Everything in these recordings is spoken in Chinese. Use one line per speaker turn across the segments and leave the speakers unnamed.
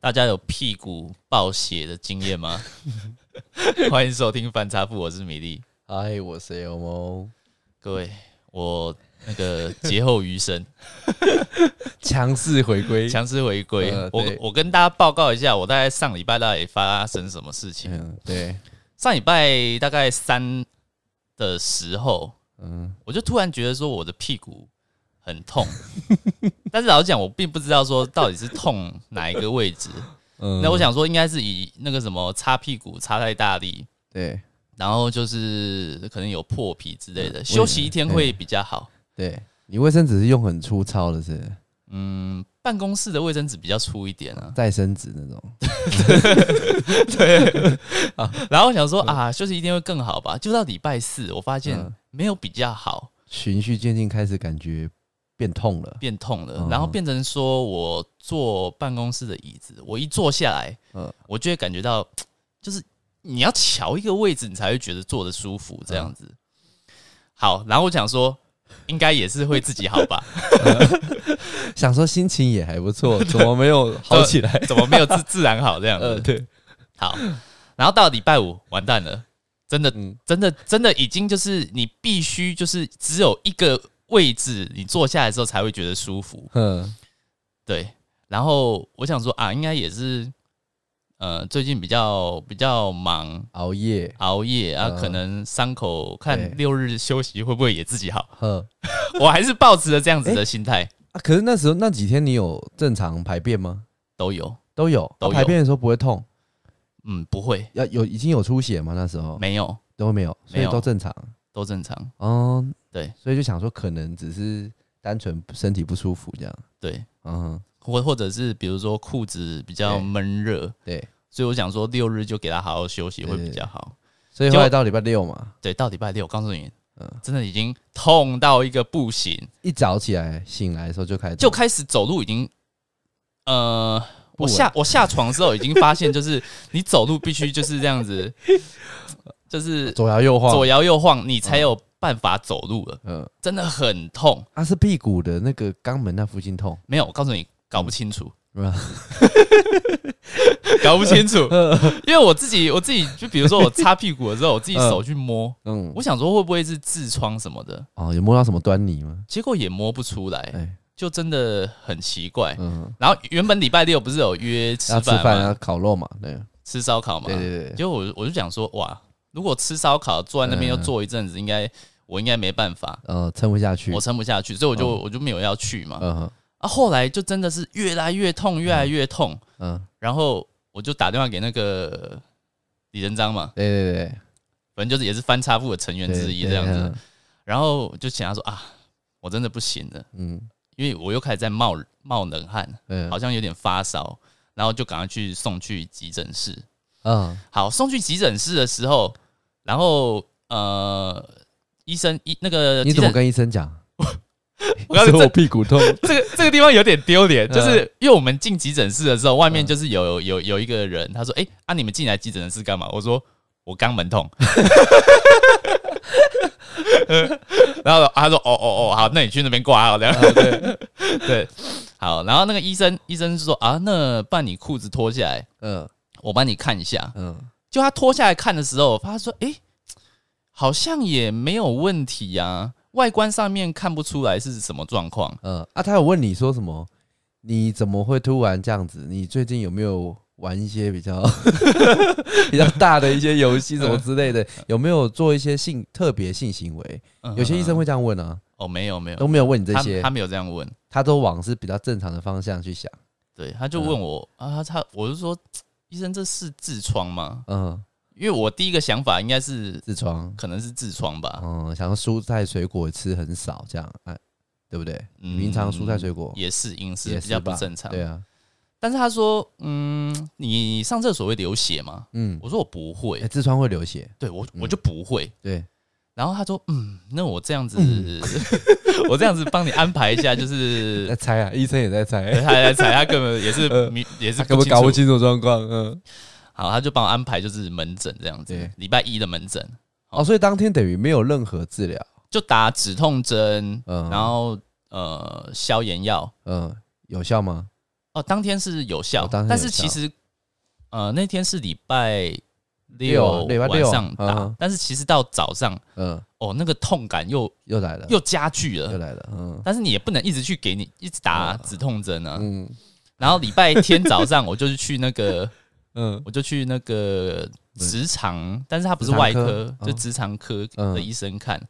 大家有屁股爆血的经验吗？ 欢迎收听《反差富》，我是米粒。
嗨，我是 L O，
各位，我那个劫后余 生，
强势回归，
强势回归。
呃
我
对
我跟大家报告一下，我大概上礼拜到底发生什么事情。
嗯，对，
上礼拜大概三的时候，
嗯，
我就突然觉得说我的屁股很 痛，但是老实讲，我并不知道说到底是痛哪一个位置。
嗯
那我想说，应该是以那个什么擦屁股擦太大力，
对
然后就是可能有破皮之类
嗯
的，休息一天会比较好。
对，你卫生纸是用很粗糙的是不是
嗯，办公室的卫生纸比较粗一点啊。
再生纸那种，嗯
然后我想说啊，休息一天会更好吧？就到礼拜四，我发现
嗯
没有比较好，
循序渐进开始感觉变痛了，
变痛了
嗯，
然后变成说我坐办公室的椅子，我一坐下来
嗯，
我就会感觉到，就是你要瞧一个位置，你才会觉得坐的舒服这样子。
嗯
好，然后我想说，应该也是会自己好吧？
想说心情也还不错，怎么没 有好起来？
怎么没有自自然好这样
呃，
子？
对，
好，然后到礼拜五完蛋了，真的
嗯，
真的真的已经就是你必须就是只有一个位置，你坐下来之后才会觉得舒服。
哼，
对，然后我想说啊，应该也是呃最近比较比较忙。
熬夜，
熬夜啊，
嗯
可能伤口看
对
六日休息会不会也自己好？
哼，
我还是抱持着这样子的心态，
啊，可是那时候那几天你有正常排便吗？
都有，
都有，啊
都有
排便的时候不会痛，
嗯，不会，
要有已经有出血吗？那时候
没有，
都没有，所
没
以
有
都正常。
都正常。
哦，
对
所以就想说可能只是单纯身体不舒服这样。
对，
嗯哼，
或或者是比如说裤子比较
对
闷热，
对，
所以我想说六日就给他好好休息会比较好。
所以
就
后来到礼拜六嘛，
对，到礼拜六，我告诉你，
嗯
真的已经痛到一个不行，
一早起来醒来的时候就开始
就开始走路已经，呃，
不
我
稳
下我下床之后已经发现，就是你走路必须就是这样子，就是
左摇右晃，
左摇右晃，你才有办法走路了，
嗯，
真的很痛。
啊是屁股的那个肛门那附近痛，
没有，我告诉你，搞不清楚，
是吧？
搞不清楚，因为我自己我自己就比如说我擦屁股的时候，我自己手去摸，
嗯，
我想说会不会是痔疮什么的，
哦，有摸到什么端倪吗？
结果也摸不出来。
哎，
就真的很奇怪。
嗯，
然后原本礼拜六不是有约哎吃
要吃
饭
饭
吗
要烤肉嘛，对，
吃烧烤嘛？
对对对，
结果我我就想说，哇，如果吃烧烤坐在那边
嗯
又坐一阵子，应该我应该没办法，
呃，撑不下去
我，撑不下去，所以我就、我就没有要去嘛。
嗯哼
啊，后来就真的是越来越痛，越来越痛，
嗯，
然后我就打电话给那个李仁章嘛，
对对对
反正就是也是翻插部的成员
对，
之一这
对
样，子
嗯。
然后我就请他说啊，我真的不行了，
嗯，
因为我又开始在冒冒冷汗。
对，
好像有点发烧，然后就赶快去送去急诊室。
嗯，
好，送去急诊室的时候，然后呃，医生医那个
你
急
怎么
诊，
跟医生讲？
我刚才
说
这
我屁股痛，
这个这个地方有点丢脸，
嗯
就是因为我们进急诊室的时候，外面
嗯
就是有有有一个人，他说：“哎、啊，你们进来急诊室干嘛？”我说：“我肛门痛。” 然后他说：“哦哦哦，好，那你去那边挂号。”这样、
啊
对 对，好。然后那个医生医生就说：“啊，那把你裤子脱下来，
嗯
我帮你看一下。
嗯，”
就他脱下来看的时候，他说：“哎、好像也没有问题呀、啊，外观上面看不出来是什么状况。”
嗯啊，他有问你说什么？你怎么会突然这样子？你最近有没有玩一些比较 比较大的一些游戏什么之类的？有没有做一些性特别性行为？
嗯
有些医生
会
会这样问啊，
哦，没有没有，
都没有问你这
他
些
他，没有这样问，
他都往是比较正常的方向去想。
对，他
嗯
就问我、啊，他我就说医生这是痔疮吗？
嗯，
因为我第一个想法应该是
痔疮，
可能是痔疮吧，
嗯，想要蔬菜水果吃很少这样，哎，对不对？
嗯
平常蔬菜水果
也是饮食
哦也
比较
是
不
吧
正常，
对啊，
但是他说，嗯，你上厕所会流血吗？
嗯，
我说我不会，
哎，痔疮会流血，
对我
嗯
我就不会。
对，
然后他说，嗯，那我这样子，
嗯
我这样子帮你安排一下，就是
在猜啊，医生也在猜，
他来踩，他根本也是
呃
迷也是
他根本
清
搞
楚
不清楚状况，嗯，
好，他就帮我安排就是门诊这样子
对，
礼拜一的门诊
哦，所以当天等于没有任何治疗，
就打止痛针，
嗯，
然后呃消炎药，
嗯，有效吗？
哦，当天是有效，
哦当天有效
但是其实呃那天是礼拜
六礼拜
晚
六
上打，
嗯
但是其实到早上
嗯，
哦那个痛感又
又来了，
又加剧
又
了。
来了，嗯
但是你也不能一直去给你一直打止痛针啊。
嗯
然后礼拜天早上我就是去那个，
嗯
我就去那个直肠，但是他不是外科
直肠，科
就
嗯
直肠科的医生看。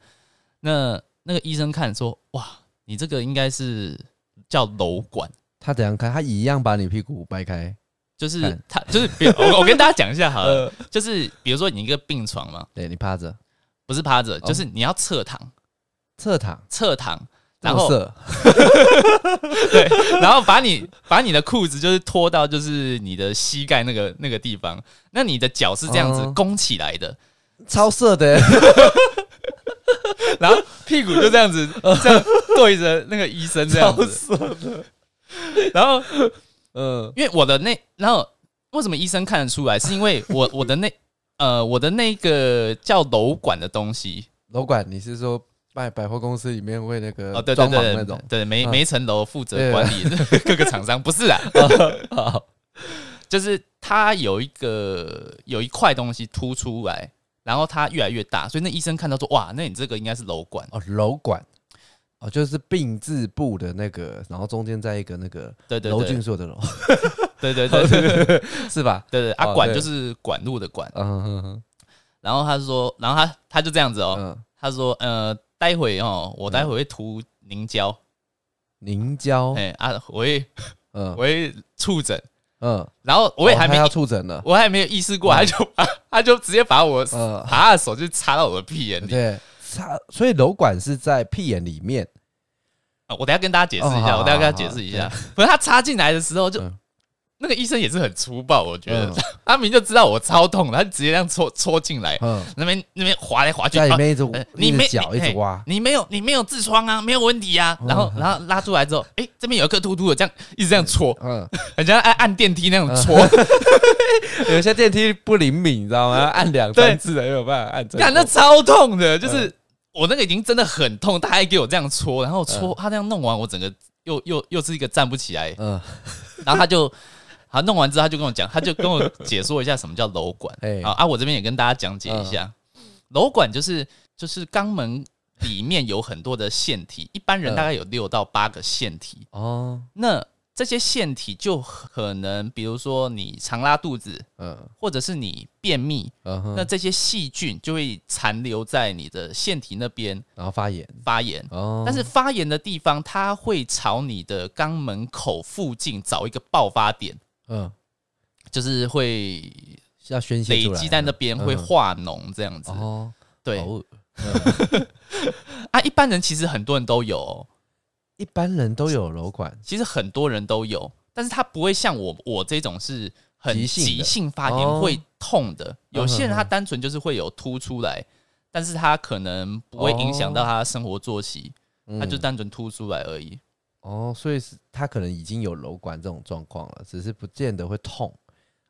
那那个医生看说，哇，你这个应该是叫瘘管，
他怎样开？他一样把你屁股掰开，
就是
看嗯
他就是比如，我我跟大家讲一下好 了，就是比如说你一个病床嘛，
对你趴着
不是趴着，
哦
就是你要侧躺，
侧躺，
侧躺。然
这
后
么色，
对， 然后把你把你的裤子就是拖到就是你的膝盖那个那个地方，那你的脚是这样子
哦
弓起来的，
超色的，
然后屁股就这 样子
呃
这样对着那个医生 这样
超
子，
色的，
然后
嗯
因为我的那然后为什么医生看得出来，是因为我我的那呃我的那个叫瘘管的东西
楼管，你是说百百货公司里面会那个
哦，对对
呃装潢
对对
那种，
对每
嗯
每一层楼负责管理 各个厂商，不 是啦，
哦好
就是它有一个有一块东西凸出来，然后它越来越大，所以那医生看到说，哇，那你这个应该是瘘管，
哦，楼管。哦，就是病字部的那个，然后中间在一个那个
对对
楼
对
俊硕的楼，
对对对对对
是吧？
对，啊，
哦
管
对
就是管路的管，
嗯嗯
然后他说，然后他他就这样子哦，
嗯，
他说，呃，待会哦，我待会会涂凝胶，
凝胶，
哎啊，我会我
嗯
会触诊，
嗯，
然后我也
哦
还
他
没
要触诊了，
我还没有意识过，他就把 他就直接把我
嗯
把他的手就插到我的屁眼里，
对，它所以楼管是在屁眼里面，
啊我等一下跟大家解释一
哦好
下，
好
我等一下跟他
好
解
好
释一下。反正他插进来的时候就，
嗯
那个医生也是很粗暴，我觉得
嗯
他明就知道我超痛，他就直接这样戳戳进来，
嗯，
那边那边划来划去，
在里
啊
面一直
呃
一
你没
直搅
你
一直
嘿
挖，嗯
你没有你没有痔疮啊，没有问题啊。然后然后拉出来之后，哎，这边有一颗突突的，这样一直这样戳，
嗯，
很像按按电梯那种 戳。
有些电梯不灵敏，你知道吗？要按两
对
三次才有办法按成功。
啊干那超痛的，
嗯
就是我那个已经真的很痛，他还给我这样戳，然后戳他这样弄完，我整个又又又是一个站不起来，
嗯，
然后他就，好弄完之后他就跟我讲，他就跟我解说一下什么叫瘘管
哎，啊
啊啊！我这边也跟大家讲解一下，瘘管就是就是肛门里面有很多的腺体，一般人
嗯
大概有六到八个腺体，
哦，
那这些腺体就可能，比如说你常拉肚子，
嗯
或者是你便秘，
嗯哼，
那这些细菌就会残留在你的腺体那边
然后发炎
发炎。
哦，
但是发炎的地方，它会朝你的肛门口附近找一个爆发点，
嗯，
就是会
要宣泄
累
出来
积在那边，
嗯
会化脓这样子。
哦，
对
哦
啊，一般人其实很多人都有哦、
一般人都有楼管
其实很多人都有，但是他不会像我我这种是很
急性的
急性发
哦
炎会痛的。有些人
嗯哼
他单纯就是会有凸出来，但是他可能不会影响到他生活作息，他就
嗯
单纯凸出来而已。
哦，所以是他可能已经有瘘管这种状况了，只是不见得会痛，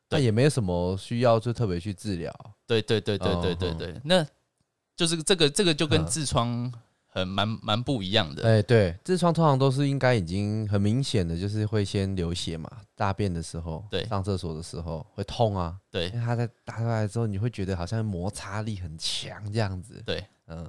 那
对
也没有什么需要就特别去治疗。
对对对对对对对，那就是这个这个就跟
哦嗯
痔疮很蛮蛮不一样的。
哎、对，痔疮通常都是应该已经很明显的，就是会先流血嘛，大便的时候，
对
上厕所的时候会痛啊，
对
因为它在打出来之后，你会觉得好像摩擦力很强这样子。
对，
嗯，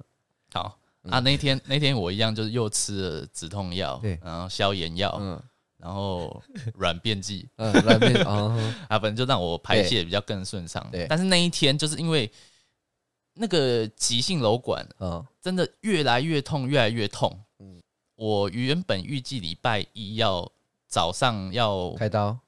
好。啊，那天那天我一样就是又吃了止痛药
对，
然后消炎药，
嗯
然后软便剂，
嗯，软 便啊，
啊，反正就让我排泄比较更顺畅
对。
但是那一天就是因为那个急性瘘管
嗯
真的越来越痛，越来越痛。
嗯
我原本预计礼拜一要早上要
嗯，开刀，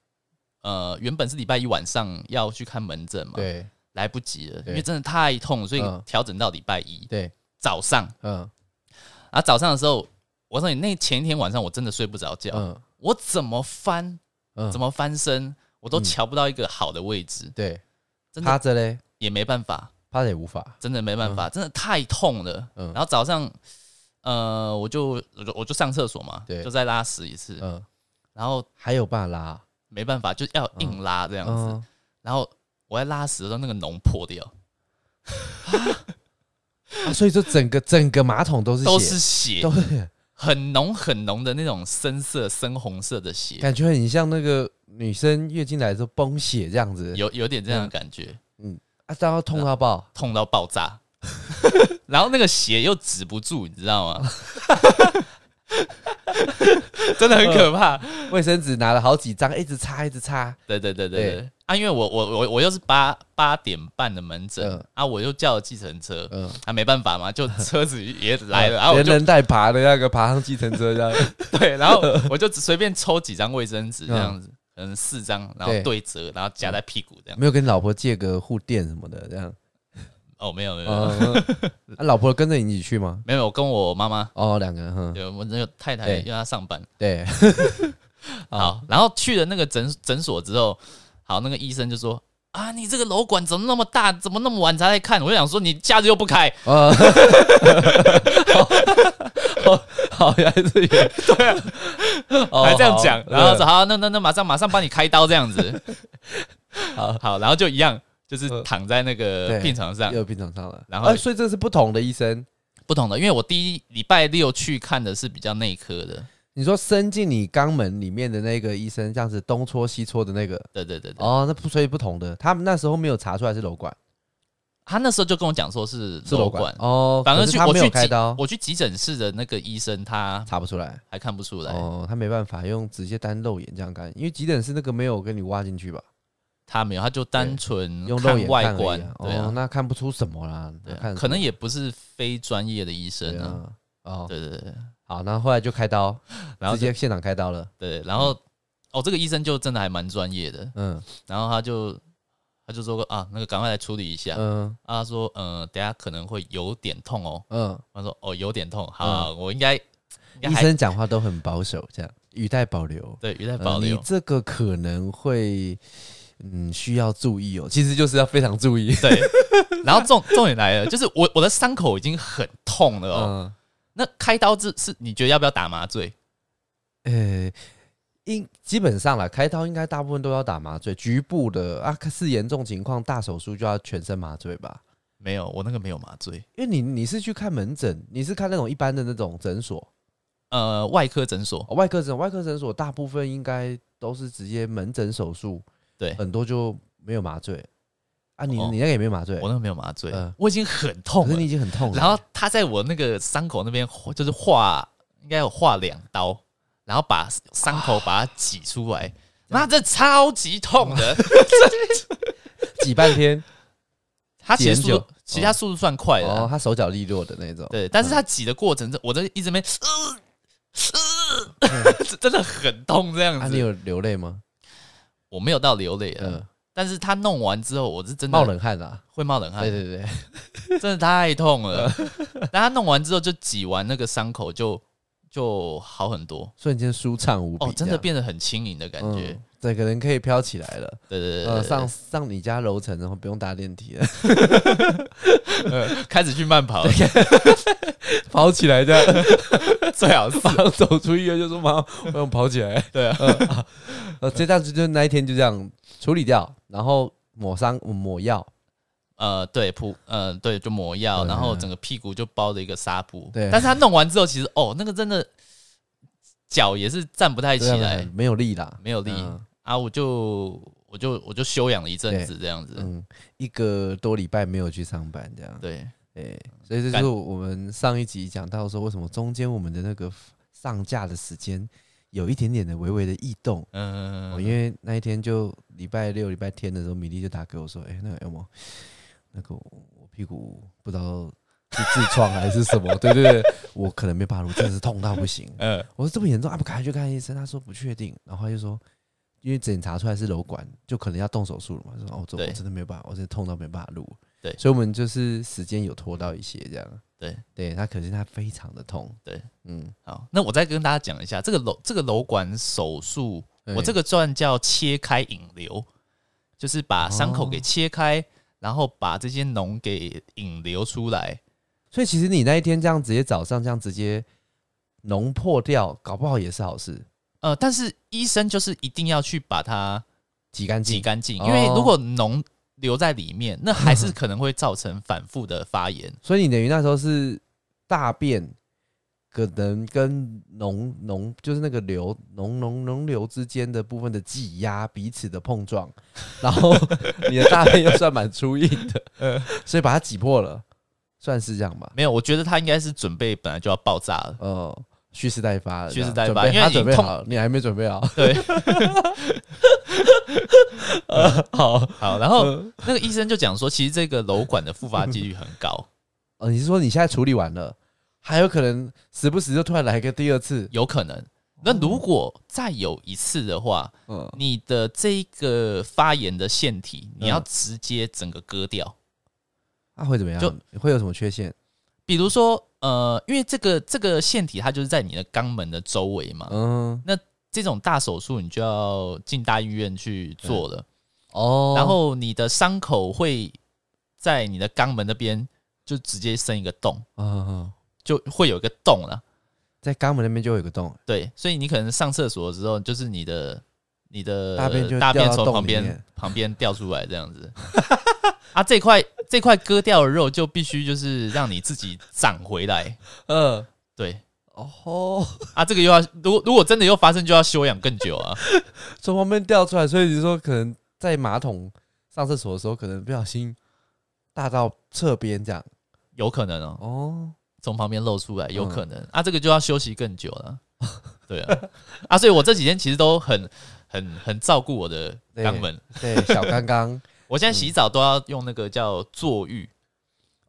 呃，原本是礼拜一晚上要去看门诊嘛，
对
来不及了，
对
因为真的太痛了，所以
嗯
调整到礼拜一
对，
早上。
嗯
啊，早上的时候，我说你那前一天晚上我真的睡不着觉，
嗯
我怎么翻
嗯，
怎啊
么
么翻身，我都
嗯
瞧不到一个好的位置，
对？
真的
趴着嘞，
也没办法。
趴着也无法。
真的没办法，真的太痛了。
嗯
然后早上，呃，我就我就我就上厕所嘛，
对
就再拉屎一次，
嗯，
然后
还有办法拉，啊
没办法，就要硬拉这样子。
嗯，
然后我在拉屎的时候，那个脓破掉，
啊所以说整个整个马桶都是
都
血
是血
都，是
很浓很浓的那种深色深红色的血，
感觉很像那个女生月经来的时候崩血这样子，
有有点这
嗯
样的感觉，
啊，然后痛到 爆，
痛到爆炸， 然后那个血又止不住，你知道吗？ 真的很可怕。
卫生纸拿了好几张，一直擦一直擦，
对对对对对
对。
啊，因为我我我我又是八八点半的门诊、
嗯
啊，我又叫了计程车，
嗯，
啊没办法嘛，就车子也来 了，然
啊
后我
连
就
人带爬的那个爬上计程车这样，
对，然后我就只随便抽几张卫生纸这样子，可能四张，然后
嗯对嗯
对折，然后夹在屁股这样。
没有跟老婆借个护垫什么的这样，
哦，没有没有没有
嗯，啊老婆跟着你一起去吗？
没有，我跟我妈妈，
哦，两个人，哼，
对，我那个太太
对
因为她上班。
对，
好，然后去了那个诊诊所之后，好，那个医生就说。啊！你这个楼管怎么那么大？怎么那么晚才来看？我就想说，你假日又不开，
啊，哦好，好，原来是原，对啊
还这样讲，然后说好，那那那马上马上帮你开刀这样子。
好
好，然后就一样，就是
嗯
躺在那个
对
病床上，
又病床上了，
然
然
后
后，所以这是不同的医生。
不同的，因为我第一礼拜六去看的是比较内科的，
你说伸进你肛门里面的那个医生，这样子东戳西戳的那个，
对对对对。
哦，那不所以不同的，他们那时候没有查出来是瘘管，
他那时候就跟我讲说是
是瘘管
管，
哦，
反而
可是
去
他
我
没有
去
开
急
刀，
我去急诊室的那个医生他
查不出来，
还看不出来，
哦，他没办法用直接单肉眼这样看，因为急诊是那个没有跟你挖进去吧，
他没有，他就单纯
用肉
嗯看
眼
外
看而已
观
啊，
对
哦，
啊，
那看不出什么啦，
对
那
啊，
看
可能
也
也不是非专业的医生啊，
哦，
对对对，对
好，那后来就开刀，
然后
直接现场开刀了。
对，然后哦，这个医生就真的还蛮专业的，
嗯
然后他就他就说啊，那个赶快来处理一下，
嗯
啊，他说嗯，等下可能会有点痛哦，
嗯，
他说哦有点痛，好，我应该应该
医
还
生讲话都很保守，这样语带保留。
对有在
呃
保留
你，这个可能会嗯需要注意哦，其实就是要非常注意。
对，然后重重点来了，就是我我的伤口已经很痛了哦。
嗯，
那开刀是是，你觉得要不要打麻醉？
呃，应基本上啦，开刀应该大部分都要打麻醉，局部的啊是严重情况大手术就要全身麻醉吧。
没有，我那个没有麻醉。
因为你你是去看门诊，你是看那种一般的那种诊所，
呃，外科诊所
哦外科诊外科诊所大部分应该都是直接门诊手术，
对
很多就没有麻醉啊，你、
哦
你那个也没有麻醉
我，那个没有麻醉，
嗯
我已经很
可
痛
是
了
你。已经很痛了，
然后他在我那个伤口那边就是划，应该有划两刀，然后把伤口把它挤出
哦
来。妈，这超级痛 的！
挤半 天，
他其实速
挤很
度
久，
其实他速度算快的
哦，
啊，
他手脚利落的那种，
对。但是他挤的过程，我这一直没，
嗯
呃呃 真的很痛这样
啊，
子。
你有流泪吗？
我没有到流泪了，
嗯，
但是他弄完之后，我啊是真的哎
冒冷汗啦，
会冒冷汗
对，对对，嗯
真的太痛了。 但他弄完之后就挤完那个伤口就就好很多
瞬间舒畅无比这
哦，
样，
真的变得很轻盈的感觉。
嗯整个人可以飘起来了，
对对对
呃，
对
上上你家楼层，然后不用搭电梯了，
对开始去慢跑了，
跑起来这样，
最好是
刚走出医院就说妈，我想跑起来，
对啊，
呃， 这样子就那一天就这样处理掉，然后抹伤抹药，
呃对铺呃对就抹药，
嗯
然后整个屁股就包了一个纱布。
对
但是他弄完之后，其实哦那个真的脚也是站不太起
对啊
来，
没有力啦，
没有力
嗯
啊，我就我就我就休养了一阵子这样子。
嗯，一个多礼拜没有去上班，这样，
对，
对，所以这就是我们上一集讲到说，为什么中间我们的那个上架的时间有一点点的微微的异动。
嗯、
哦，因为那一天就礼拜六、礼拜天的时候，米莉就打给我说：“哎、那个有没有那个我屁股不知道是痔疮还是什么？对对对，我可能没办法录，真的是痛到不行。
呃，
我说这么严重啊，不赶快去看医生？他说不确定，然后他就说，因为检查出来是瘘管，就可能要动手术了嘛。他说哦，这我
对
真的没有办法，我真的痛到没办法录。
对
所以我们就是时间有拖到一些这样。
对，
对他可是他非常的痛。
对，
嗯，
好，那我再跟大家讲一下这个瘘这个瘘管手术，我这
个
个算叫切开引流，就是把伤口
哦
给切开，然后把这些脓给引流出来。
所以其实你那一天这样直接早上这样直接脓破掉，搞不好也是好事，
呃，但是医生就是一定要去把它
挤干
挤
净。
干净，
哦
因为如果脓留在里面，那还 是可能会造成反复的发炎。
所以你等于那时候是大便可能跟浓浓就是那个流浓浓浓流之间的部分的挤压，彼此的碰撞，然后你的大便又算蛮粗硬
嗯
的，所以把它挤破了，算是这样吧。
没有，我觉得他应该是准备本来就要爆炸了，
呃，蓄势待发了这
蓄势
样，
待
准
发
备
因为
他
你
准备
痛
好了，你还没准备好。
对，
好，嗯
好，然后那个医生就讲说，其实这个瘘管的复发几率很高，
哦，你是说你现在处理完了，还有可能时不时就突然来个第二次？
有可能。那如果再有一次的话，
嗯，
你的这一个发炎的腺体，你要
嗯
直接整个割掉。
那啊会怎么样？
就
会有什么缺陷？
比如说，呃，因为这个这个腺体它就是在你的肛门的周围嘛，
嗯，
这种大手术你就要进大医院去做了。
哦，
然后你的伤口会在你的肛门那边就直接生一个洞，
啊、嗯，
就会有一个洞了。
在肛门那边就有一个洞，
对，所以你可能上厕所的时候，就是你的你的
大便就
大便
掉到
从
洞
旁
里
边
面
旁边掉出来这样子。 啊，这块这块割掉的肉就必须就是让你自己长回来。
嗯，
对
哦，
啊，这个又要如果如果真的又发生，就要休养更久啊。
从旁边掉出来，所以你说可能在马桶上厕所的时候，可能不小心大到侧边这样，
有可能哦，
哦，
从旁边露出来，
嗯
有可能、啊，这个就要休息更久了。 对啊，啊，所以我这几天其实都很很很照顾我的
对
肛门，
对，小 刚刚
我现在洗澡都要用那个叫坐浴，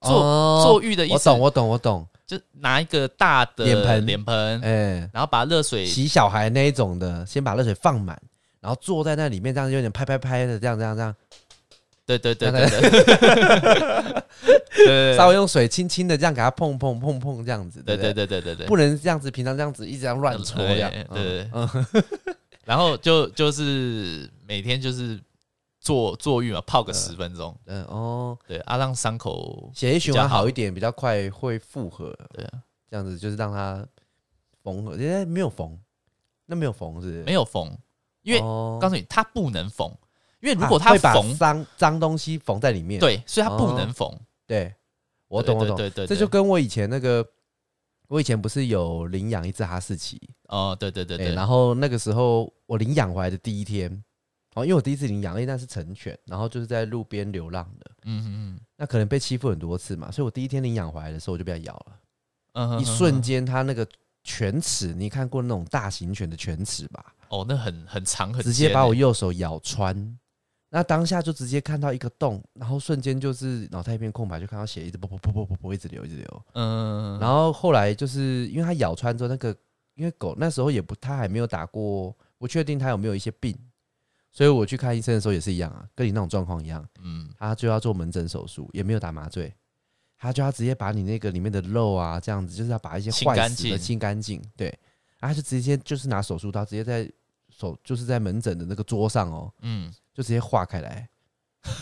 坐
哦
坐浴的意
我
思
懂，我懂，我懂，
就拿一个大的
脸盆
脸盆，
哎、
然后把热水
洗小孩那一种的，先把热水放满，然后坐在那里面，这样有点拍拍拍的，这样这样这样，
对对对
让它
对 对， 对
稍微用水轻轻的这样给它碰碰碰碰这样子，
对
不
对对对对对，
不能这样子，平常这样子一直这样乱搓这样
对，对
嗯
对然后就就是每天就是坐坐浴嘛，泡个十分钟，
嗯哦，
对啊，让伤口
血液循环
比较好
好一点，比较快会复合，
对啊，
这样子就是让它缝合，因为没有缝，那没有缝是不是
没有缝，因为
哦
告诉你它不能缝，因为如
啊
果它
会把
缝，
脏脏东西缝在里面，
对，所以它不
哦
能缝。
对，我懂我
对
懂，
对对，对
这就跟我以前那个，我以前不是有领养一只哈士奇，
哦，对对对
对，
对，
哎然后那个时候我领养回来的第一天，哦，因为我第一次领养，因为那是成犬，然后就是在路边流浪的，
嗯嗯
那可能被欺负很多次嘛，所以我第一天领养回来的时候我就被它咬了，
嗯嗯，
一瞬间它那个犬齿，你看过那种大型犬的犬齿吧？
哦，那很很长很
直接把我
尖欸
右手咬穿。那当下就直接看到一个洞，然后瞬间就是脑袋一片空白，就看到血一直啵啵啵啵啵啵一直流一直流。
嗯，
然后后来就是因为它咬穿之后，那个因为狗那时候也不，它还没有打过，不确定它有没有一些病，所以我去看医生的时候也是一样啊，跟你那种状况一样，
嗯
它就要做门诊手术，也没有打麻醉，它就要直接把你那个里面的肉啊，这样子就是要把一些
清
坏
干
死的
净
清干净，对，然后它就直接就是拿手术刀直接在手就是在门诊的那个桌上哦，
嗯，
就直接划开来，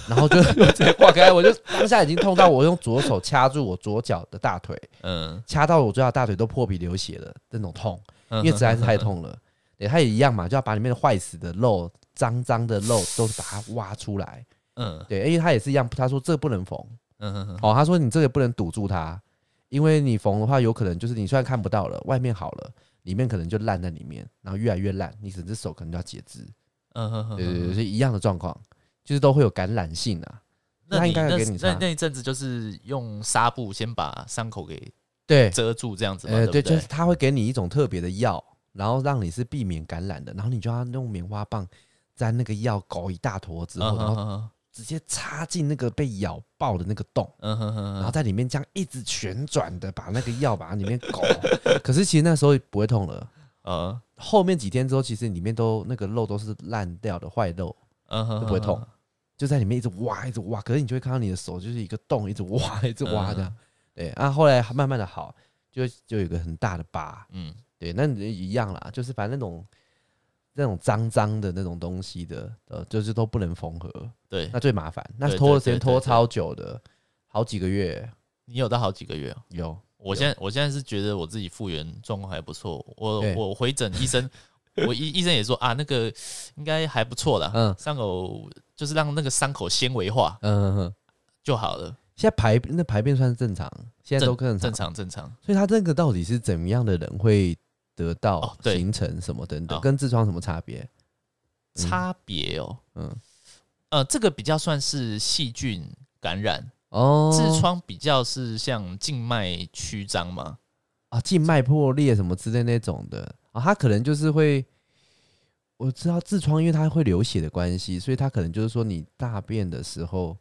然后就 就直接划开来，我就当下已经痛到我用左手掐住我左脚的大腿。
嗯，
掐到我最后大腿都破皮流血了，那种痛，因
因
为实在是太痛了。对，它也一样嘛，就要把里面的坏死的肉、脏脏的肉都把它挖出来。
嗯
对，因为它也是一样，他说这不能缝
嗯嗯
哦，他说你这个不能堵住它，因为你缝的话，有可能就是你虽然看不到了，外面好了，里面可能就烂在里面，然后越来越烂，你整只手可能就要截肢。
嗯嗯，
对对对，所以一样的状况，就是都会有感染性啊。
那
那
你
应该
那
要给你
那
擦
那一阵子就是用纱布先把伤口给
对，
遮住，这样子嘛，
呃，
对
对，
不
就
对
是它会给你一种特别的药，然后让你是避免感染的，然后你就要用棉花棒沾那个药搞一大坨之后，
嗯
然后
哼
直接插进那个被咬爆的那个洞，
嗯哼哼，
然后在里面这样一直旋转的把那个药把它里面搞。 可是其实那时候不会痛了，
呃
后面几天之后，其实里面都那个肉都是烂掉的坏肉，
嗯哼
都不会痛，就在里面一直挖，一直挖。可是你就会看到你的手就是一个洞，一直挖，一直挖
嗯
这样。对，啊，后来慢慢的好，就就有一个很大的疤。
嗯
对，那你一样啦，就是反正那种那种脏脏的那种东西的，呃，就是都不能缝合，
对
那，最麻烦。那
对
拖
对
的时
对
间
对
拖
对
超久的，好几个月
你有到好几个月哦。
有。
我现在我现在是觉得我自己复原状况还不错，我
对
我回诊医生，我医医生也说啊，那个应该还不错啦，
嗯
伤口就是让那个伤口纤维化
嗯哼哼，
就好了，
现在排那排便算正常，现在都正常
正，常正常。
所以他这个到底是怎么样的人会得到
哦对
形成什么等等，
哦
跟痔疮什么差别？嗯
差别哦，
嗯，
呃，这个比较算是细菌感染，
哦，
痔疮比较是像静脉曲张嘛，
啊，静脉破裂什么之类那种的啊，他可能就是会，我知道痔疮，因为它会流血的关系，所以它可能就是说你大便的时候，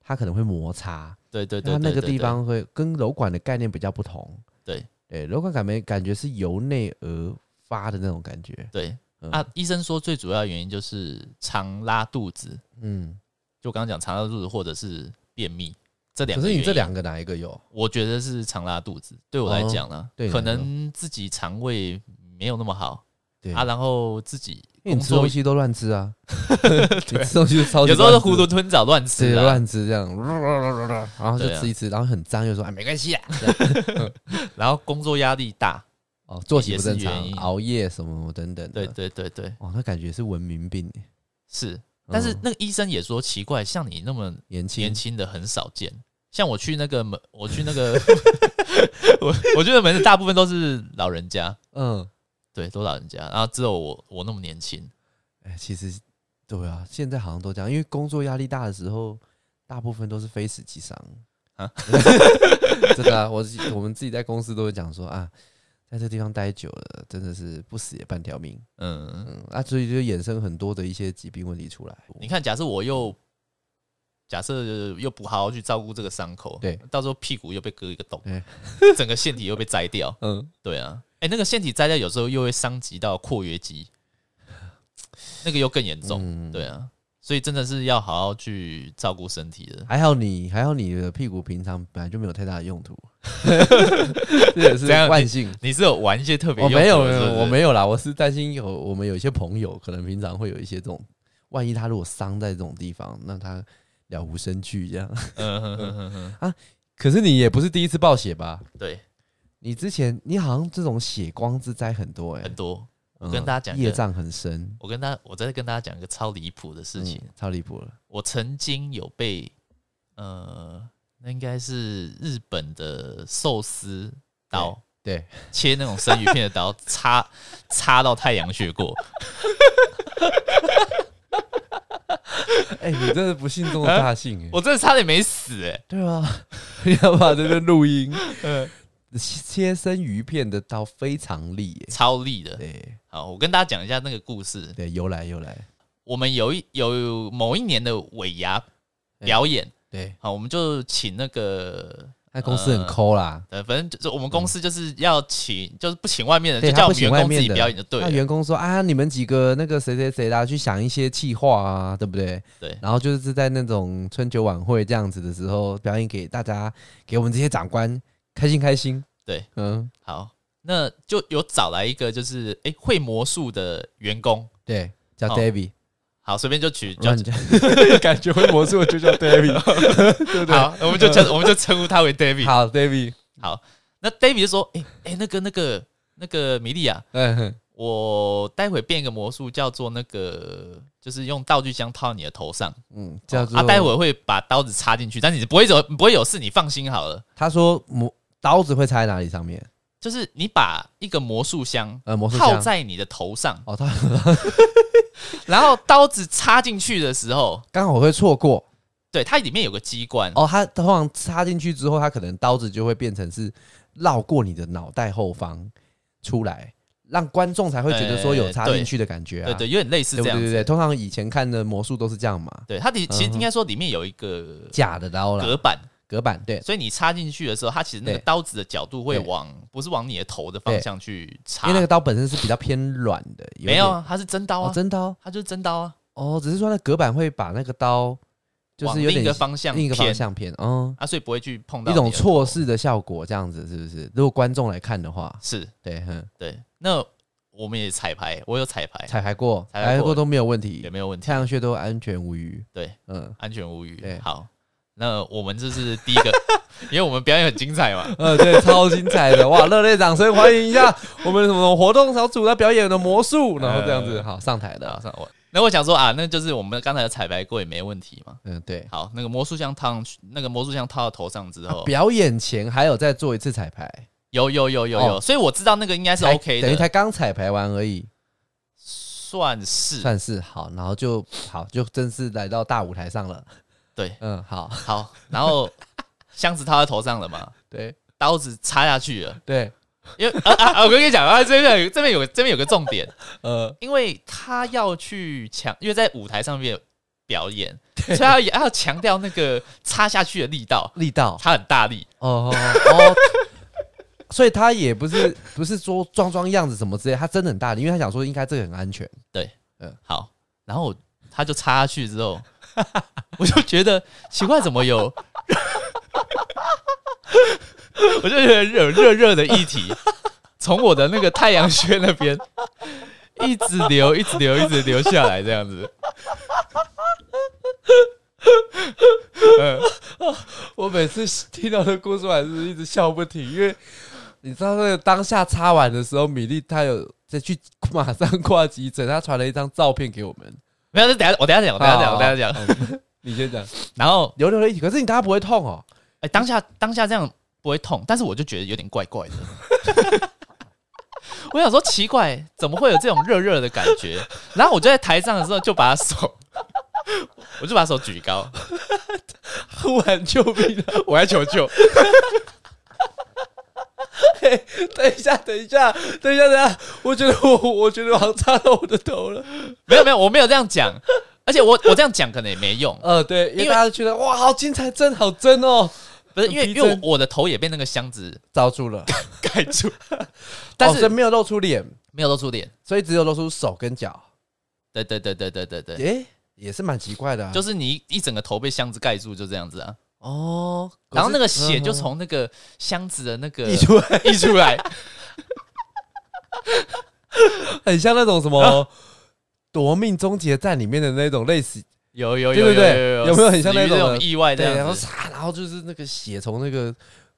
它可能会摩擦，
对对对
它
对
那个
对
地
对
方会跟瘘管的概念比较不同。
对
对，瘘管感没感觉是由内而发的那种感觉。
对
嗯
啊，医生说最主要原因就是常拉肚子，
嗯，
就我刚刚讲常拉肚子或者是便秘这两
可
个。
是你这，两个哪一个有？
我觉得是常拉肚子，对我来讲呢、
哦对你
可
来说
能自己肠胃没有那么好
对
啊，，然后自己
因为
工
你吃
作
东西都乱吃啊，你吃哦东西就超 级
有时候是
乱吃
囫囵吞枣乱吃
对，
啊，
乱吃这样，然后就
对啊
吃一吃，然后很脏，又说哎没关系啊，这样
然后工作压力大，
哦作息不正
也是原
常，
因
熬夜什么等等
对
的，
对对对，
哦那感觉是文明病耶，
是。但是
嗯
那个医生也说奇怪，像你那么
年轻
年轻的很少见。像我去那个门，我去那个 我我去的门诊，大部分都是老人家，
嗯，
对，都老人家，然后只有我我那么年轻，
哎其实对啊，现在好像都这样，因为工作压力大的时候，大部分都是非死即伤
啊
啊， 真的啊，我自己我们自己在公司都会讲说啊。在这地方待久了，真的是不死也半条命。
嗯，
嗯，啊，所以就衍生很多的一些疾病问题出来。
你看，假设我又假设又不好好去照顾这个伤口，
对，
到时候屁股又被割一个洞
对，
整个腺体又被摘掉，
嗯，
对啊，哎、那个腺体摘掉有时候又会伤及到括约肌，那个又更严重，
嗯
对啊，所以真的是要好好去照顾身体的，
还好你还好你的屁股平常本来就没有太大的 用途，这也是
这样
万幸。
你是有玩一些特别
我
用途的
哦没有没
是不
有
是
我没有啦，我是担心有我们有一些朋友可能平常会有一些这种，万一他如果伤在这种地方，那他了无生趣这样。啊
嗯哼哼哼 哼，
可是你也不是第一次暴血吧？
对，
你之前你好像这种血光之灾很多哎、
很多。
我
跟大家讲一个
业障很深，
我跟大我再跟大家讲一个超离谱的事情，
嗯超离谱了。
我曾经有被呃，那应该是日本的寿司刀
对，
切那种生鱼片的刀插插到太阳穴过，
哎、你真的不幸中的大幸哎、
啊我真的差点没死 哎、
对啊，要把这边录音，
嗯
切生鱼片的刀非常利耶、
超力的。
对。
好，我跟大家讲一下那个故事。
对，由来由来，
我们有一有某一年的尾牙表演，
对，
好，我们就请那个
那公司很抠啦，
呃，反正就是我们公司就是要请，就是不请外面的，
嗯对
就
他
叫我
不
们
请
员
外
工自
面
己
的
表演就对
那
了。
员工说啊，你们几个那个谁谁谁啦，去想一些企划啊，对不对？
对
然后就是在那种春酒晚会这样子的时候，表演给大家，给我们这些长官开心开心。
对，
嗯，
好，那就有找来一个就是诶会魔术的员工，
对，叫
哦
David，
好，随便就取叫
乱讲 感觉会魔术就 叫 David，对不对？
好，我们 就叫我们就称呼他为 David。
嗯好，David，
好，那 David 就说，诶诶，那个那个那个米莉亚，
嗯哼，
我待会变一个魔术，叫做那个，就是用道具箱套你的头上，
嗯，叫做
啊，待会会把刀子插进去，但是你不会有不会有事，你放心好了。
他说魔刀子会插在哪里上面？
就是你把一个魔术箱
呃，魔术
套
箱。
在你的头上，
哦，他
然后刀子插进去的时候，
刚好会错过，
对，它里面有个机关，
哦，它通常插进去之后，它可能刀子就会变成是绕过你的脑袋后方出来，让观众才会觉得说有插进去的感觉啊。
对对，有点类似
对
这
不对
样
对
子。
对对，通常以前看的魔术都是这样嘛，
对它里其实
嗯哼
应该说里面有一个
假的刀
隔
啦，
板，
隔板对
所以你插进去的时候，它其实那个
对
刀子的角度会
对
往不是往你的头的方向去插
因为，那个刀本身是比较偏软的，有
没有
点
啊，它是真刀
哦
啊，
真刀
它就是真刀啊，
哦，只是说那隔板会把那个刀就
往
是有
另
点
一个方向
另一个方
偏
向偏，嗯，
啊，所以不会去碰到
一种
你的头
错视的效果这样子是不是？如果观众来看的话，
是
对，哼，
对。那我们也彩排，我有彩排，
彩排过，
彩排过
都没有问题
也，没有问题
太，阳穴都安全无虞。
对，
嗯，
安全无虞。
对
好，那我们这是第一个， 因为我们表演很精彩嘛。
呃，对，超精彩的，哇！热烈掌声欢迎一下我们什么活动小组在表演的魔术，然后这样子，
呃
好上台
好
的。
上我那我想说啊，那就是我们刚才的彩排过也没问题嘛。
嗯，对。啊
好，那个魔术枪套上去，那个魔术枪套到头上之后，
表演前还有再做一次彩排，
有有有有有，
哦
所以我知道那个应该是
才
OK
等于
的，
才刚彩排完而已，
算是
算是好，然后就好，就正式来到大舞台上了。
对。
嗯，好，
好，然后 箱子套在头上了嘛，
对
刀子插下去了，
对，
因为啊啊啊，我跟你讲啊，这边有这边有个这边有个重点，
呃，
因为他要去强，因为在舞台上面表演，所以他也要强调那个插下去的力道，
力道
他很大力，
哦哦 哦，所以他也不是不是说装装样子什么之类，他真的很大力，因为他想说应该这个很安全。
好，然后我他就插下去之后，我就觉得奇怪，怎么有，我就觉得有热热的液体从我的那个太阳穴那边一直流，一直流，一直流下来，这样子。嗯，
我每次听到这故事，我还是一直笑不停，因为你知道那个当下擦完的时候，米粒她有再去马上挂急诊，她传了一张照片给我们。
没有，这等一下我等一下讲，我等一下讲，我等一下讲。
讲，你先讲。
然后，
流流了一体，可是你大家不会痛哦。
哎、当下当下这样不会痛，但是我就觉得有点怪怪的。 我想说奇怪，怎么会有这种热热的感觉？然后我就在台上的时候就把手，我就把手举 高，
突然救命了！
我在求救。
等一下，等一下，等一下，等一下！我觉得我，我觉得我好像插到我的头了。
没有没有，我没有这样讲，而且我我这样讲可能也没用，
呃，对，
因
因为
为
大家觉得哇，好精彩，真好真哦，
不是因为
逼
因
真
为我我的头也被那个箱 子
罩住了，
盖住，但
哦
是
所以没有露出脸，
没有露出脸。
所以只有露出手跟脚。
对对对对对对对，
诶，也是蛮奇怪的、啊，
就是是你一一整个头被箱子盖住，就这样子啊。
哦，
然后那个血就
从
从那个箱子的那个
溢出 来，
溢出来，
很像那种什么。夺命终结战里面的那种类似，
有有
对
有
对对
有
有没有很像
死于
那种
这
的
种意哎外这
对，然
样
后
子？嗯
唰，然后就是那个血从那个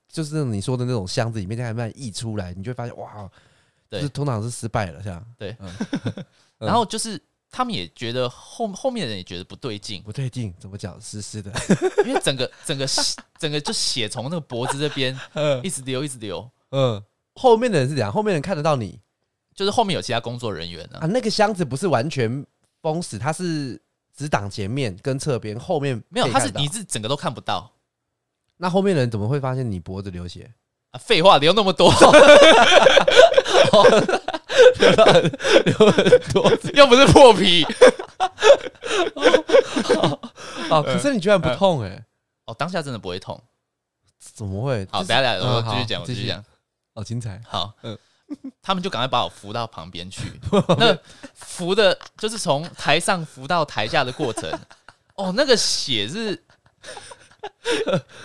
就是你说的那种箱子里面，慢慢溢出来，你就会发现哇，哦就
对
是通常是失败了，像嗯
然后就是他们也觉得后后面的人也觉得不对劲，
不对劲，怎么讲湿 湿的，
因为整个整个血整个就血从那个脖子这边
嗯
一直流一直流，
嗯，后面的人是怎样？后面的人看得到你
就是后面有其他工作人员呢、
啊？那个箱子不是完全封死，它是只挡前面跟侧边，后面
没有，
可以
他
看
是
到
你是整个都看不到
那后面的人怎么会发现你脖子流血？
啊！废话，流那么 多，哦
流很多
又不是破皮
啊！ 可是你居然不痛哎、
哦，当下真的不会痛。
怎么会？
好，
就是
等一下等一下，
嗯
我继
好
续讲，我继
继
续
续
讲。
好精彩！
好
嗯，
他们就赶快把我扶到旁边 去。那扶的，就是从台上扶到台下的过 程，哦，那个血是，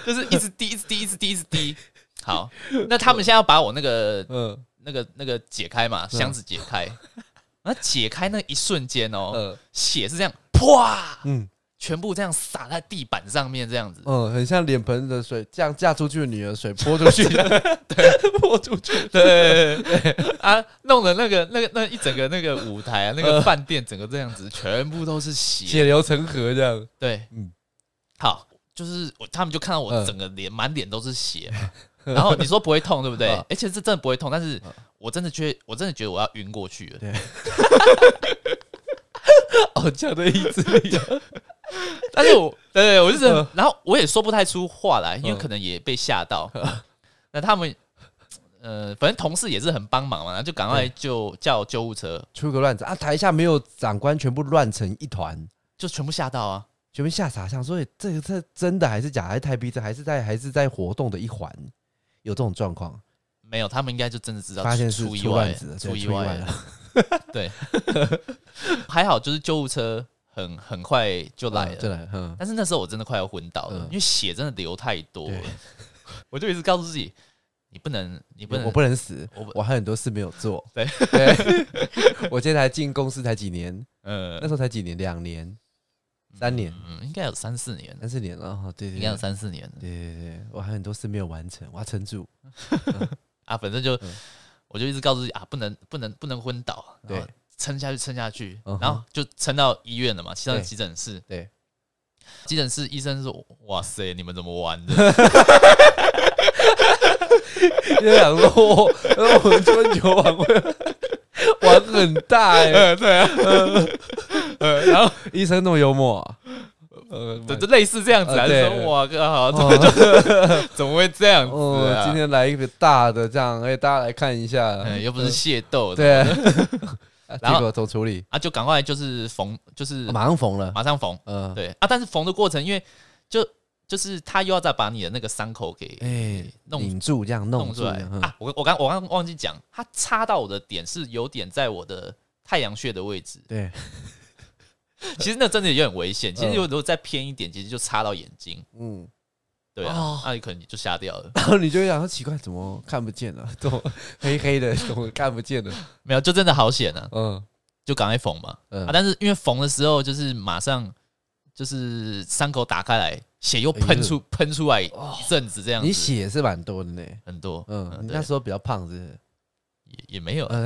就是一直滴，一直滴，一直滴，一直滴。好，那他们现在要把我那个、
嗯
那个、那个解开嘛，箱子解开。那解开那一瞬间哦，
嗯
血是这样，啪，
嗯
全部这样洒在地板上面，这样子。
嗯，很像脸盆的水，这样嫁出去的女儿水泼出去， 泼出去。
对啊，弄的那个、那个、那一整个那个舞台啊，那个饭店整个这样子，全部都是血。
血流成河这样。
对，
嗯
嗯，好，就是我他们就看到我
嗯
整个脸满脸都是血 嘛，然后你说不会痛，对不对
嗯？
而且是真的不会痛，但是
嗯
我真的觉得我真的觉得我要晕过去了。哦
好强的意志力！
但是我对对，我就是
嗯，
然后我也说不太出话来，因为
嗯
可能也被吓到。那他们。呃，反正同事也是很帮忙嘛，然后就赶快就叫救护车，
出个乱子啊！台下没有长官，全部乱成一团，
就全部吓到啊。
全部吓傻，想说欸这个这真的还是假的？还是太逼真？还是在还是在活动的一环？有这种状况，
没有，他们应该就真的知道
发现是
呃出意
出
外
乱子了，，对
出意
出
外 了。
了，
对，还好就是救护车很很快就来了，
嗯就来了，嗯，
但是那时候我真的快要昏倒了，
嗯
因为血真的流太多了
对，
我就一直告诉自己，你不能，你不能，
我不能死，
我不
我还有很多事没有做。
对
对， 我现在才进公司才几年，
呃
那时候才几年，两年、三年、
嗯，应该有三四年，
三四年了。哦对对
应该有
对，
三四年
对对对，我还有很多事没有完成，我要撑住。
啊，反正就、
嗯
我就一直告诉自己啊，不能不能不能昏倒，
对
然后撑下去，撑下去
嗯哼，
然后就撑到医院了嘛，撑到
对
急诊室。
对，
急诊室医生说：“哇塞，你们怎么玩的？
就想说，我我们春酒晚会玩很大 哎、
呃对啊，呃，然后
医生那么幽默、啊，
呃，对就类似这样子啊，就
呃对
说哇哥好，怎么就 怎么会这样子
哦，
啊？
今天来一个大的这样，哎、大家来看一 下，
嗯又不是械斗，
对，哎 啊
然
结
后
果怎么处理？
啊，就赶快就是缝，就是
啊马上缝了，
马上缝，
嗯，
对啊，但是缝的过程，因为就就是他又要再把你的那个伤口给
哎，
弄
拧住这样
弄
弄
出
住
来
这样嗯
啊！我我刚我刚忘记讲，它插到我的点是有点在我的太阳穴的位置，
对，
其实那真的有点危险。其实
嗯
如果再偏一点，其实就插到眼睛，
嗯，
对啊
哦，
那你可能就瞎掉了。
然后你就会想说奇怪，怎么看不见 了？怎么黑黑的，怎么看不见了？
没有，就真的好险啊！
嗯
就赶快缝嘛啊！
嗯，
但是因为缝的时候，就是马上就是伤口打开来，血又喷出喷出来一
哦
阵子这样
哎你
子，
血是蛮多的呢，
很多，
嗯，你
对
那时候比较胖是不是？
也也没有
嗯，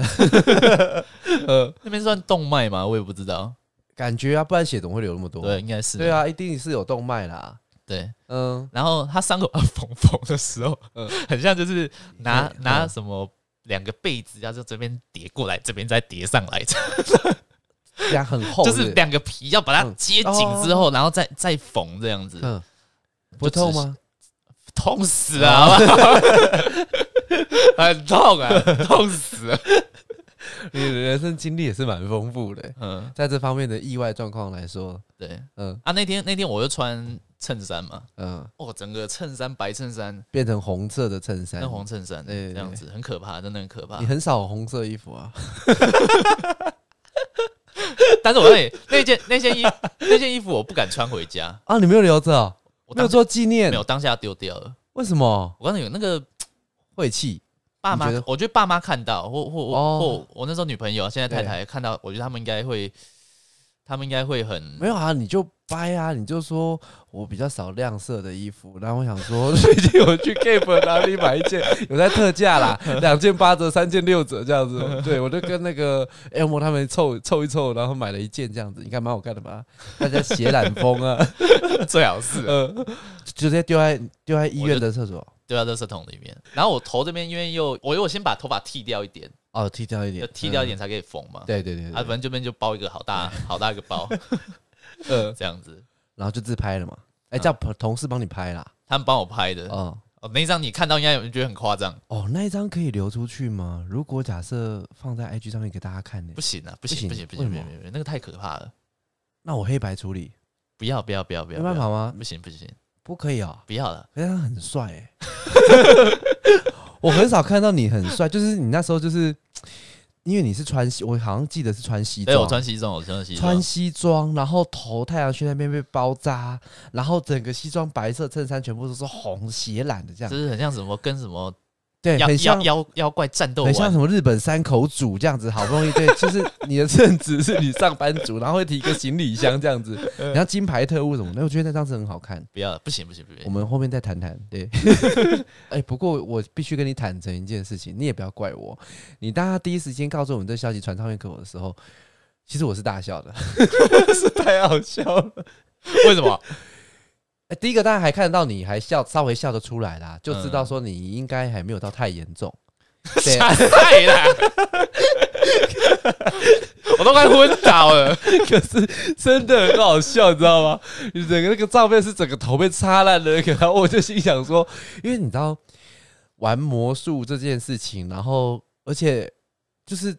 呃，那边算动脉吗？我也不知道，
感觉啊，不然血怎么会流那么多？
对，应该是
对啊，一定是有动脉啦。
对。
嗯，
然后他伤口要缝缝的时候，
嗯
很像就是拿
嗯
拿什么两个被子，然后就这边叠过来，这边再叠上来，
这样很厚，
就是
不
两个皮要把它
嗯
接紧之后，然后再再缝这样子，
嗯，不痛吗？
痛死了，好不好 很痛啊，痛死了。
你的人生经历也是蛮丰富的，
嗯，
在这方面的意外状况来说，
对
嗯
啊，那天那天我就穿衬衫嘛，
嗯，
哦，整个衬衫白衬衫，
变成红色的衬衫
那，红啊衬衫
对
这
对
样子很可怕，真的很可 怕
你。很少有红色衣服啊，
但是我那那件那件衣 那件衣服我不敢穿回家，
啊，你没有留着啊，
我
没
当
有做纪念
没，有当下丢掉了。
为什么
我刚才有那个
晦气？
爸妈
你觉得，
我觉得爸妈看到，或或或、
哦
或我那时候女朋友，现在太太看到，我觉得他们应该会，他们应该会 很
没有啊，你就掰啊，你就说我比较少亮色的衣服，然后我想说 最近我去 Gap 哪里买一件，有在特价 啦，两件八折，三件六折这样子。对，我就跟那个 M 他们凑凑一凑，然后买了一件这样子，应该蛮好看的吧？大家血染风啊，
最好啊是、
呃，就直接丢在丢在医院的厕所。
丢到垃圾桶里面。然后我头这边因为又我我先把头发剃掉一点，
哦，剃掉一
就
点，
剃掉一点
嗯。
才可以缝嘛。
对对对
啊，反
对，
正这边就包一个好大好大一个 包，
呃，
这样子。
然后就自拍了嘛。哎，叫朋同事帮你拍啦。
他们帮我拍的哦
哦
那一张你看到应该有人觉得很夸张，
哦，那一张可以流出去吗？如果假设放在 IG 上面给大家看呢
不？行啊，不行
行
不行不
为
行，
什
不
么
行不行，那个太可怕了，
那我黑白处理，
不要不要不要不要，
没办法吗
不要，？不行不行，
不可以啊、
不要了。
可是他很帅哎、 我很少看到你很帅，就是你那时候就是因为你是穿西，我好像记得是穿西
对，
装，
我穿西装，我穿西装，
穿西装，然后头太阳穴那边被包扎，然后整个西装白色衬衫全部都是红血染的这样
就，是很像什么跟什么
对，
妖
很
妖
像。
妖妖怪战斗
很像
完
什么日本三口组这样子，好不容易对， 就是你的正职是你上班族，然后会提一个行李箱这 样子，你像金牌特务什么的，我觉得那张是很好看。
不要了，不行不行不
我
行，
们后面再谈谈。对，哎、不过我必须跟你坦诚一件事情，你也不要怪我。你大家第一时间告诉我们这消息传上面给我的时候，其实我是大笑的， 是太好笑了。
为什么？
哎、第一个大家还看得到你还笑，稍微笑得出来啦，就知道说你应该还没有到太严重。对，
吓坏了， 我都快昏倒了。
可是真的很好笑，你知道吗？你整个那个照片是整个头被擦烂的那个，然后我就心想说，因为你知道玩魔术这件事情，然后而且就是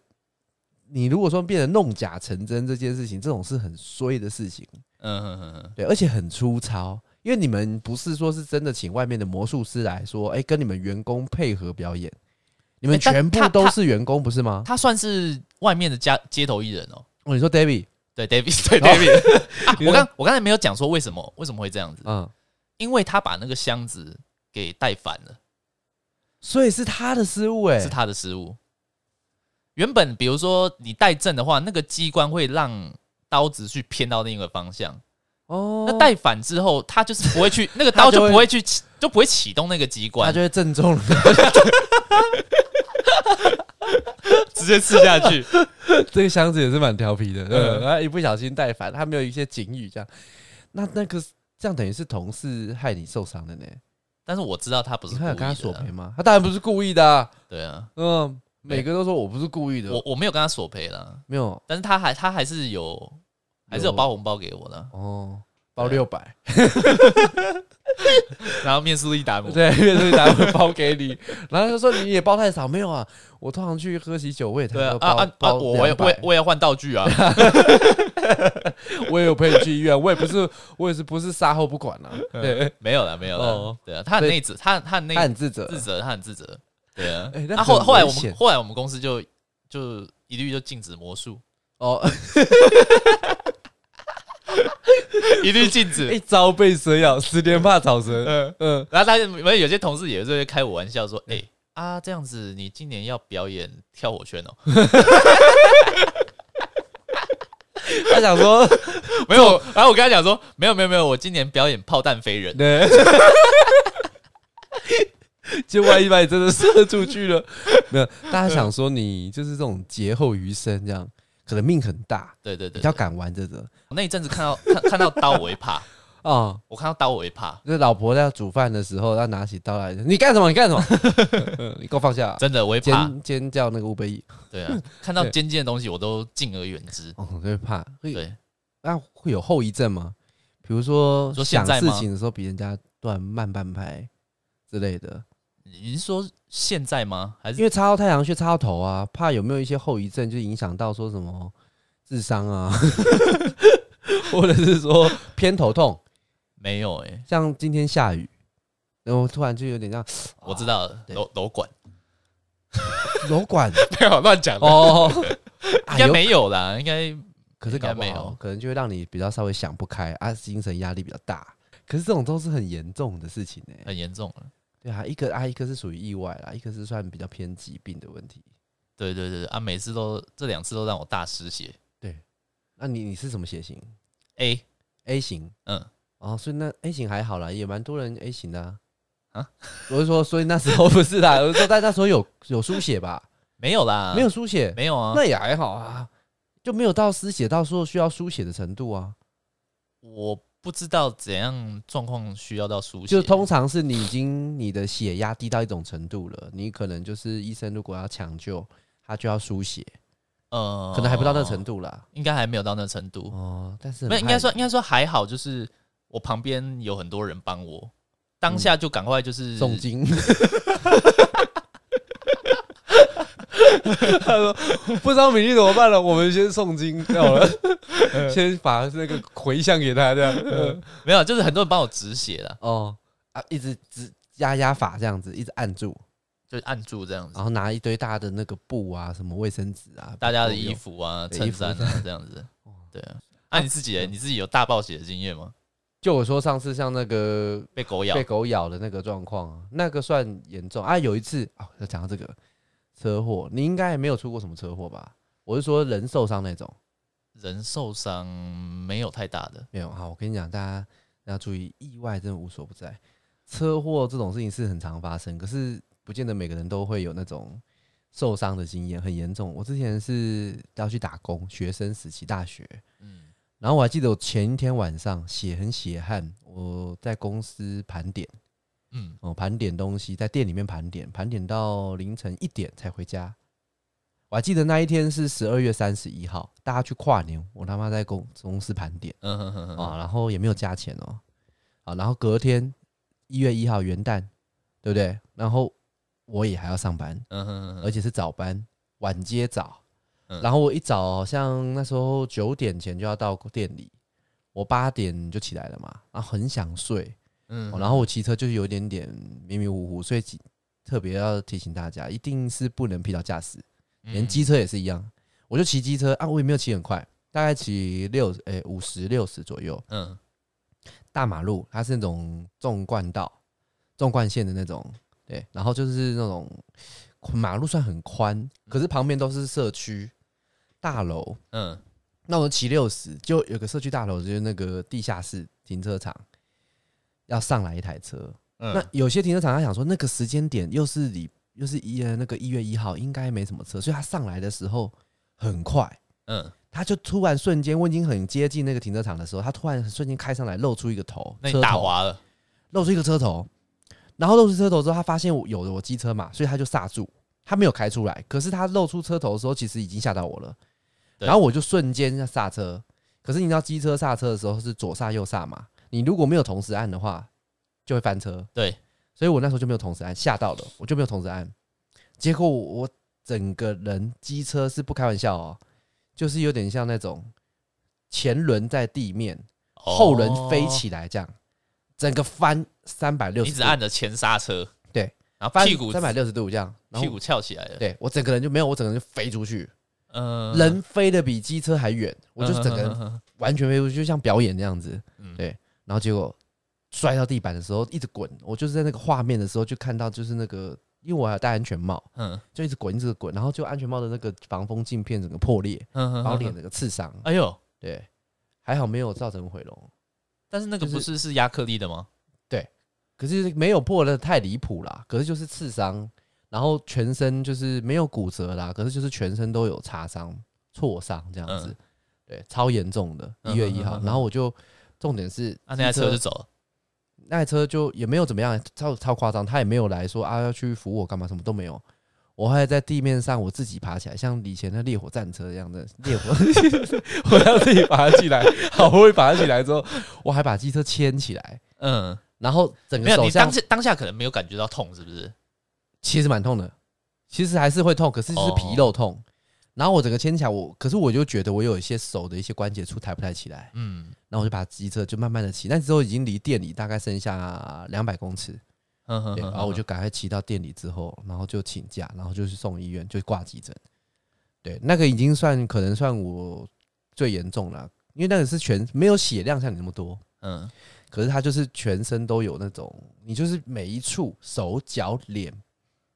你如果说变成弄假成真这件事情，这种是很衰的事情，
嗯哼哼哼，
对，而且很粗糙。因为你们不是说是真的请外面的魔术师来说，哎、跟你们员工配合表演，你们
哎但
全部
他
都
他
是员工，不是吗？
他算是外面的家街头艺人哦。
哦，你说 David，哦
对，David，对 David，啊
你说
我刚我刚才没有讲说为什么为什么会这样子，
嗯，
因为他把那个箱子给带反了，
所以是他的失误、哎，
是他的失误。原本比如说你带正的话，那个机关会让刀子去偏到另一个方向，
哦，
那带反之后，它就是不会去那个
它
刀
就
就
会
不会去 起就不会启动那个机
他
关
就，会正中了。
直接吃下去。
这个箱子也是蛮调 皮的，
嗯
嗯，然后一不小心带反，他没有一些警语这样，那那个这样等于是同事害你受伤的呢？
但是我知道他不是
你
故
看
意
有跟
的
他索
啊
赔，吗？他当然不是故意的啊、
对啊，
嗯，
对
每个都说我不是故意的，
我我没有跟他索赔啦，
没有
但是他还他还是有还是有包红包给我的，
哦，包
对
六百，
然后面试力达姆，
对，月初一打会包给你， 然后他说你也包太少，没有啊，我通常去喝喜酒，我也
对啊
他
啊啊啊！
包
我我也我也
200
我也要换道具 啊，
我也有陪你去医院，我也不是我也是不是杀后不管啊，对，
没有了没有了
哦，
对啊，他很
所以
内责，他他很内
他很自责，
自责，他很自责，对啊
哎。那
啊后
很
后来我
危
们
险
后来我们公司就就一律就禁止魔 术，
哦，
一律禁止
一。朝被蛇咬，十年怕草绳，
嗯，
嗯，
然后他们有些同事也是会开我玩笑说，哎啊这样子你今年要表演跳火圈哦，
他想说，
没有，然后我跟他讲说，没有没有没有，我今年表演炮弹飞人，
对， 就万一把你真的射出去了，没有，大家想说你就是这种劫后余生这样，可能命很大，
对对对
比较
对，
敢玩这个
我那一阵子看到看看到刀我会怕，
哦。
我看到刀我会怕，
就是老婆在煮饭的时候，要拿起刀来，你干什么？你 干什么？嗯你给我放下！
真的我会怕，
尖尖叫那个乌贝伊，
对啊，看到
对
尖尖的东西我都敬而远之，
哦，就会怕。会
对，
那会有后遗症吗？比如说
说现
想
在
事
吗
情的时候比人家断慢半拍之类的，
你是说现在吗？还
因
是
为擦到太阳穴擦到头啊，怕有没有一些后遗症，就影响到说什么智商啊， 或者是说偏头痛，
没有、欸？
像今天下雨，然后突然就有点像
我知道了
对
楼楼管，
楼管
没有乱讲 哦，应
哦，啊
该
有
没有啦，应该
可是搞
应该
不
没有
好可能就会让你比较稍微想不开啊，精神压力比较大。可是这种都是很严重的事情欸呢、
很严重了。
对啊，一个啊一个是属于意外啦，一个是算比较偏疾病的问题。
对对对啊，每次都这两次都让我大失血。欸
那你你是什么血型
A，
？A 型
嗯，
哦，所以那 A 型还好啦，也蛮多人 A 型的啊。
啊
我是说，所以那时候不 是啦，我是说但那时候有有输血吧？
没有啦，
没有输血，
没有啊
那。也还好啊，就没有到失血到说需要输血的程度啊。
我不知道怎样状况需要到输血，啊
就通常是你已经你的血压低到一种程度了，你可能就是医生如果要抢救，他就要输血，
呃，
可能还不到那程，度啦。
应该还没有到那程度。
哦，但是很
没有，应
害
该说应该说还好，就是我旁边有很多人帮我，当下
嗯
就赶快就是
诵经。 他说：“不知道米粒怎么办了，我们先诵经好 了，先把那个回向给他这样。
没有，就是很多人帮我止血了”，
嗯哦，啊，一直直压压法这样子，一直按住，
就按住这样子
然。后拿一堆大的那个布啊，什么卫生纸啊，
大家的
都有
衣。服啊、
对
衬
衣服
衫啊这样子。对啊，那、你自己、欸，你自己有大暴血的经验吗？
就我说上次像那个
被狗咬
被？狗咬的那个状况啊，那个算严重啊。有一次啊，要讲到这个车祸，你应该也没有出过什么车祸吧？我是说人受伤那种。
人受伤没有太大的，
没有好，我跟你讲，大家要注意，意外真的无所不在。车祸这种事情是很常发生，可是不见得每个人都会有那种受伤的经验，很严重。我之前是要去打工，学生时期大学，
嗯，
然后我还记得我前一天晚上血很血汗，我在公司盘点，
嗯，
哦，盘点东西，在店里面盘点，盘点到凌晨一点才回家。我还记得那一天是十二月三十一号，大家去跨年，我他妈在公公司盘点。
嗯哼哼哼
啊，然后也没有加钱哦，啊，然后隔天一月一号元旦，对不对？然后我也还要上班，
嗯哼哼
而且是早班，晚接早。
嗯
然后我一早好像那时候九点前就要到店里，我八点就起来了嘛，然后很想睡，
嗯
哦然后我骑车就是有一点点迷迷糊糊，所以其特别要提醒大家，一定是不能疲劳驾驶。
嗯
连机车也是一样，我就骑机车啊，我也没有骑很快，大概骑六诶五十六十左右。
嗯
大马路，它是那种纵贯道、纵贯线的那种，对，然后就是那种马路算很宽，可是旁边都是社区大楼。
嗯
那我骑六十，就有个社区大楼，就是那个地下室停车场，要上来一台车。
嗯
那有些停车场他想说，那个时间点又是礼又是一呃那个一月一号，应该没什么车，所以他上来的时候很快，
嗯，
他就突然瞬间，我已经很接近那个停车场的时候，他突然瞬间开上来，露出一个头，
那
车
你打
头，
滑了，
露出一个车头，然后露出车头之后，他发现我有了我机车嘛，所以他就刹住，他没有开出来，可是他露出车头的时候，其实已经吓到我了，
对
然后我就瞬间要刹车，可是你知道机车刹车的时候是左刹右刹嘛，你如果没有同时按的话，就会翻车，
对，
所以我那时候就没有同时按，吓到了，我就没有同时按，结果我我整个人机车是不开玩笑哦，就是有点像那种前轮在地面，后轮飞
哦，
起来这样，整个翻三百六
你
十，
只按了前刹车，
对，
然后
翻
屁股
三百六十度这样，然后
屁股翘起来了，
对我整个人就没有，我整个人就飞出去，
嗯，
人飞得比机车还远，我就是整个人
人，
完全飞出去，就像表演那样子，
嗯
对然后结果摔到地板的时候一直滚，我就是在那个画面的时候就看到就是那个。因为我还有戴安全帽，
嗯
就一直滚，一直滚，然后就安全帽的那个防风镜片整个破裂，
嗯嗯，
把我
嗯
脸，整个刺伤。
哎呦，
对，还好没有造成毁容，
但是那个
就是
不是是亚克力的吗？
可是没有破的太离谱啦，可是就是刺伤，然后全身就是没有骨折啦，可是就是全身都有擦伤、挫伤这样子，
嗯
对，超严重的，
嗯
一月一号，
嗯嗯嗯
然后我就重点是
啊，那台
机
车就走了，
那台车就也没有怎么样，超超夸张，他也没有来说啊要去扶我干嘛，什么都没有。我还在地面上我自己爬起来，像以前的烈火战车一样的烈火， 我要自己爬起来，好不容易爬起来之后，我还把机车牵起来，
嗯，
然后整个
没有，
手
你
上
当下当下可能没有感觉到痛，是不是？
其实蛮痛的，其实还是会痛，可是
哦
就是皮肉痛。然后我整个牵起来，我可是我就觉得我有一些手的一些关节处抬不太起来，
嗯
然后我就把机车就慢慢的骑，那时候已经离店里大概剩下两百公尺，
嗯嗯，
对，
嗯
然后我就赶快骑到店里之后，然后就请假，然后就去送医院，就挂急诊。对，那个已经算可能算我最严重了，因为那个是全没有血量像你那么多，
嗯
可是他就是全身都有那种，你就是每一处手脚脸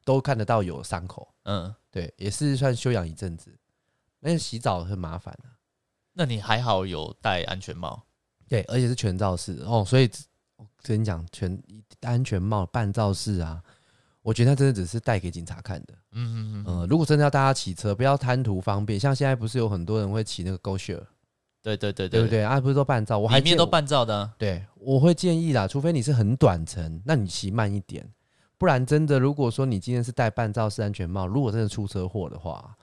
都看得到有伤口。
嗯，
对，也是算休养一阵子。那洗澡很麻烦、啊、
那你还好有戴安全帽，
对，而且是全罩式哦，所以我跟你讲，全安全帽、半罩式啊，我觉得那真的只是带给警察看的。
嗯嗯嗯，
呃，如果真的要大家骑车，不要贪图方便，像现在不是有很多人会骑那个 Go Share，
对对对
对不对？啊，不是都半罩，我还
里面
建
都半罩的啊，
对，我会建议啦，除非你是很短程，那你骑慢一点，不然真的，如果说你今天是戴半罩式安全帽，如果真的出车祸的话，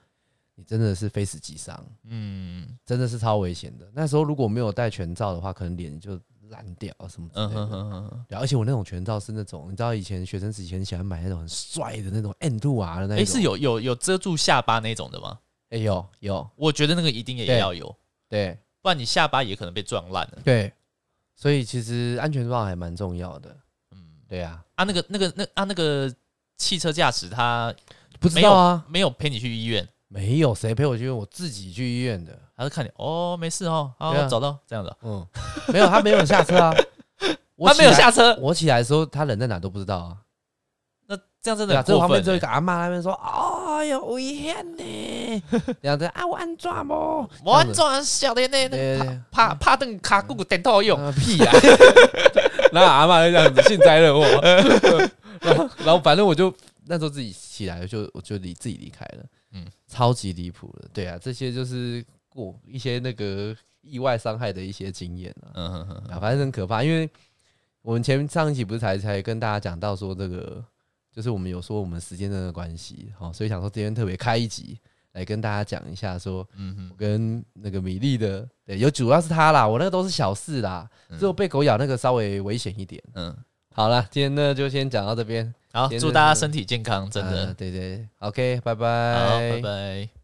你真的是非死即伤。
嗯
真的是超危险的。那时候如果没有戴全罩的话，可能脸就烂掉啊什么之类
嗯
的。
哼哼哼哼，
对而且我那种全罩是那种，你知道以前学生时期很喜欢买那种很帅的那种 N 2 R 的那一
哎，
种。
是有有有遮住下巴那种的吗？
哎、有有，
我觉得那个一定也
对
要有，
对
不然你下巴也可能被撞烂了。
对，所以其实安全帽还蛮重要的。
嗯，
对啊，
啊，那个那个那啊那个汽车驾驶他
不知道啊，
没有陪你去医院，
没有谁陪我去医院，我自己去医院的。
他是看你哦没事哦，啊
对啊
我找到这样的，
嗯，没有，他没有下车 啊。我
他没有
起来，
下车，
我起来的时候，他人在哪都不知道啊。
那这样真
对
的
啊，
很
这
过
旁边
分
只有一
欸。
个阿妈那边说：“哎呦，危险 呢！”然后在啊，我安怎么？
我安装小的那
对
那
对对
个怕怕怕凳卡骨电到用，
啊屁 呀、然后阿妈就这样子幸灾乐祸， 然后然后反正我就那时候自己起来就我就离自己离开了，嗯
嗯，
超级离谱的，对啊，这些就是过一些那个意外伤害的一些经验啊，
嗯哼哼哼，
啊，反正很可怕，因为我们前面上一期不是才才跟大家讲到说这个，就是我们有说我们时间的关系，好、所以想说今天特别开一集来跟大家讲一下说
嗯哼
我，跟那个米粒的，对，有主要是他啦，我那个都是小事啦，只有被狗咬那个稍微危险一点。
嗯，
好了，今天呢就先讲到这边，
好，
今天
祝
真
大家
的
身体健康，真
呃
的，
对对，OK，拜
好，
啊拜，
拜拜。